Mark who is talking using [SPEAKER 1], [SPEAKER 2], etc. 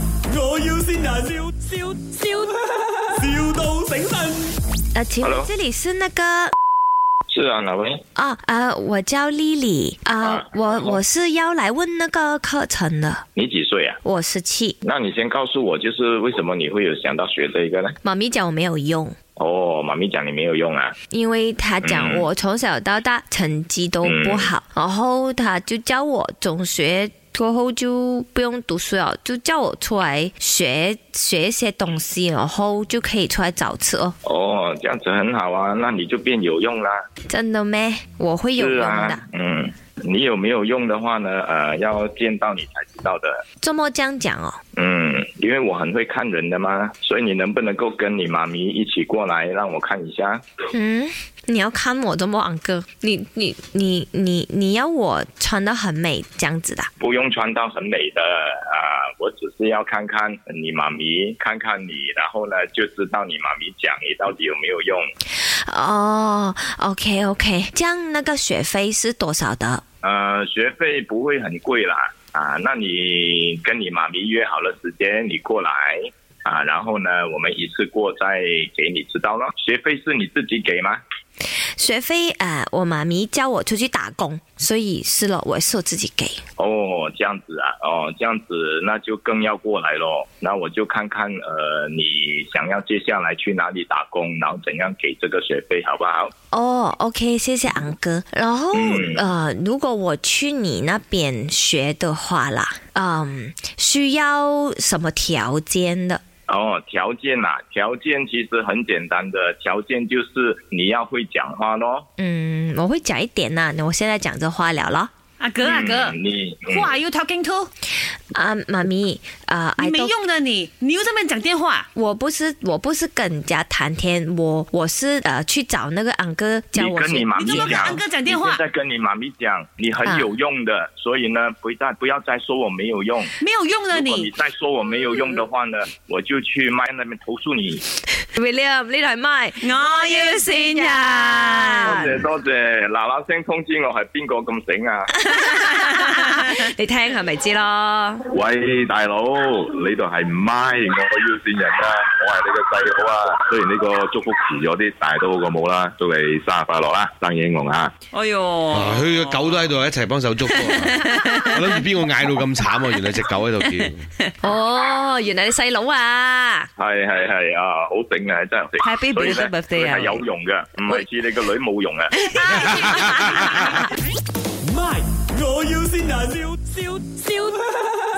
[SPEAKER 1] 要先人，笑笑笑，,笑到醒神。
[SPEAKER 2] 呃，请问
[SPEAKER 3] Hello？
[SPEAKER 2] 这里是那个
[SPEAKER 3] 是啊，哪位？
[SPEAKER 2] 啊呃，我叫丽丽啊
[SPEAKER 3] 啊，
[SPEAKER 2] 我
[SPEAKER 3] 好
[SPEAKER 2] 我是要来问那个课程的，
[SPEAKER 3] 你几岁啊？
[SPEAKER 2] 我十七，
[SPEAKER 3] 那你先告诉我，就是为什么你会有想到学这一个呢？
[SPEAKER 2] 妈咪讲我没有用，
[SPEAKER 3] 哦，妈咪讲你没有用啊。
[SPEAKER 2] 因为她讲
[SPEAKER 3] 嗯
[SPEAKER 2] 我从小到大成绩都不好，然后她就教我中学。过后就不用读书了，就叫我出来学学一些东西，然后就可以出来找吃哦。
[SPEAKER 3] 哦，这样子很好啊，那你就变有用啦。
[SPEAKER 2] 真的咩？我会有
[SPEAKER 3] 是
[SPEAKER 2] 用的。
[SPEAKER 3] 啊，嗯，你有没有用的话呢？呃，要见到你才知道的。
[SPEAKER 2] 怎么这样讲哦？
[SPEAKER 3] 嗯，因为我很会看人的嘛，所以你能不能够跟你妈咪一起过来让我看一下？
[SPEAKER 2] 嗯，你要看我这么昂哥，你你你你你要我穿得很美这样子的啊？
[SPEAKER 3] 不用穿到很美的啊、我只是要看看你妈咪，看看你，然后呢就知道你妈咪讲你到底有没有用。
[SPEAKER 2] 哦，OK OK，这样那个学费是多少的？
[SPEAKER 3] 呃，学费不会很贵啦，啊，那你跟你妈咪约好了时间，你过来啊，然后呢，我们一次过再给你知道咯。学费是你自己给吗？
[SPEAKER 2] 学费呃，我妈咪叫我出去打工，所以是了，我是我自己给。
[SPEAKER 3] 哦，这样子啊，哦，这样子那就更要过来咯。那我就看看呃，你想要接下来去哪里打工，然后怎样给这个学费，好不好？
[SPEAKER 2] 哦、o k 谢谢昂哥。然后、
[SPEAKER 3] 嗯
[SPEAKER 2] 呃，如果我去你那边学的话啦，嗯，需要什么条件的？
[SPEAKER 3] 哦，条件呐、条件其实很简单的，条件就是你要会讲话咯。
[SPEAKER 2] 嗯，我会讲一点呐、我现在讲这话了咯。
[SPEAKER 4] 阿哥阿哥
[SPEAKER 3] 嗯、你、嗯
[SPEAKER 4] ，Who are you talking to？
[SPEAKER 2] 啊，妈咪，啊、
[SPEAKER 4] 你
[SPEAKER 2] i
[SPEAKER 4] 没
[SPEAKER 2] don't-
[SPEAKER 4] 用的你，你又这边讲电话，
[SPEAKER 2] 我不是我不是跟人家谈天，我我是呃去找那个安哥教
[SPEAKER 3] 你
[SPEAKER 2] 我
[SPEAKER 3] 跟
[SPEAKER 2] 学
[SPEAKER 3] 你妈
[SPEAKER 4] 你
[SPEAKER 3] 咪
[SPEAKER 4] 怎么跟安
[SPEAKER 3] 讲，
[SPEAKER 4] 哥讲电话
[SPEAKER 3] 现在跟你妈咪讲，你很有用的，所以呢，不再不要再说我没有用。
[SPEAKER 4] 没有用的
[SPEAKER 3] 如果你
[SPEAKER 4] 你，
[SPEAKER 3] 再说我没有用的话呢，我就去麦那边投诉你。
[SPEAKER 2] William 呢台 麦，
[SPEAKER 4] 我要先
[SPEAKER 3] 多
[SPEAKER 4] 人。
[SPEAKER 3] 謝多謝，嗱嗱聲通知我係邊個咁醒啊？
[SPEAKER 2] 你聽係咪知咯？
[SPEAKER 5] 喂，大佬，呢度係咪我要線人
[SPEAKER 3] 啊
[SPEAKER 5] 啦，我係你嘅細佬啊。雖然呢個祝福遲咗啲，但係都好過冇啦。祝你生日快樂啦，生意興隆啊！
[SPEAKER 4] 哎哟，
[SPEAKER 6] 啊佢個狗都喺度一齊幫手捉喎，我諗住邊個嗌到咁慘啊？原來只狗喺度叫，
[SPEAKER 2] 哦，原來你細佬啊！
[SPEAKER 3] 係係係啊，好醒啊，真係醒。
[SPEAKER 4] Happy
[SPEAKER 3] 所以呢
[SPEAKER 4] belated birthday 啊
[SPEAKER 3] 佢係有用嘅，唔係似你個女冇用啊。
[SPEAKER 1] My，我要先人，笑笑笑，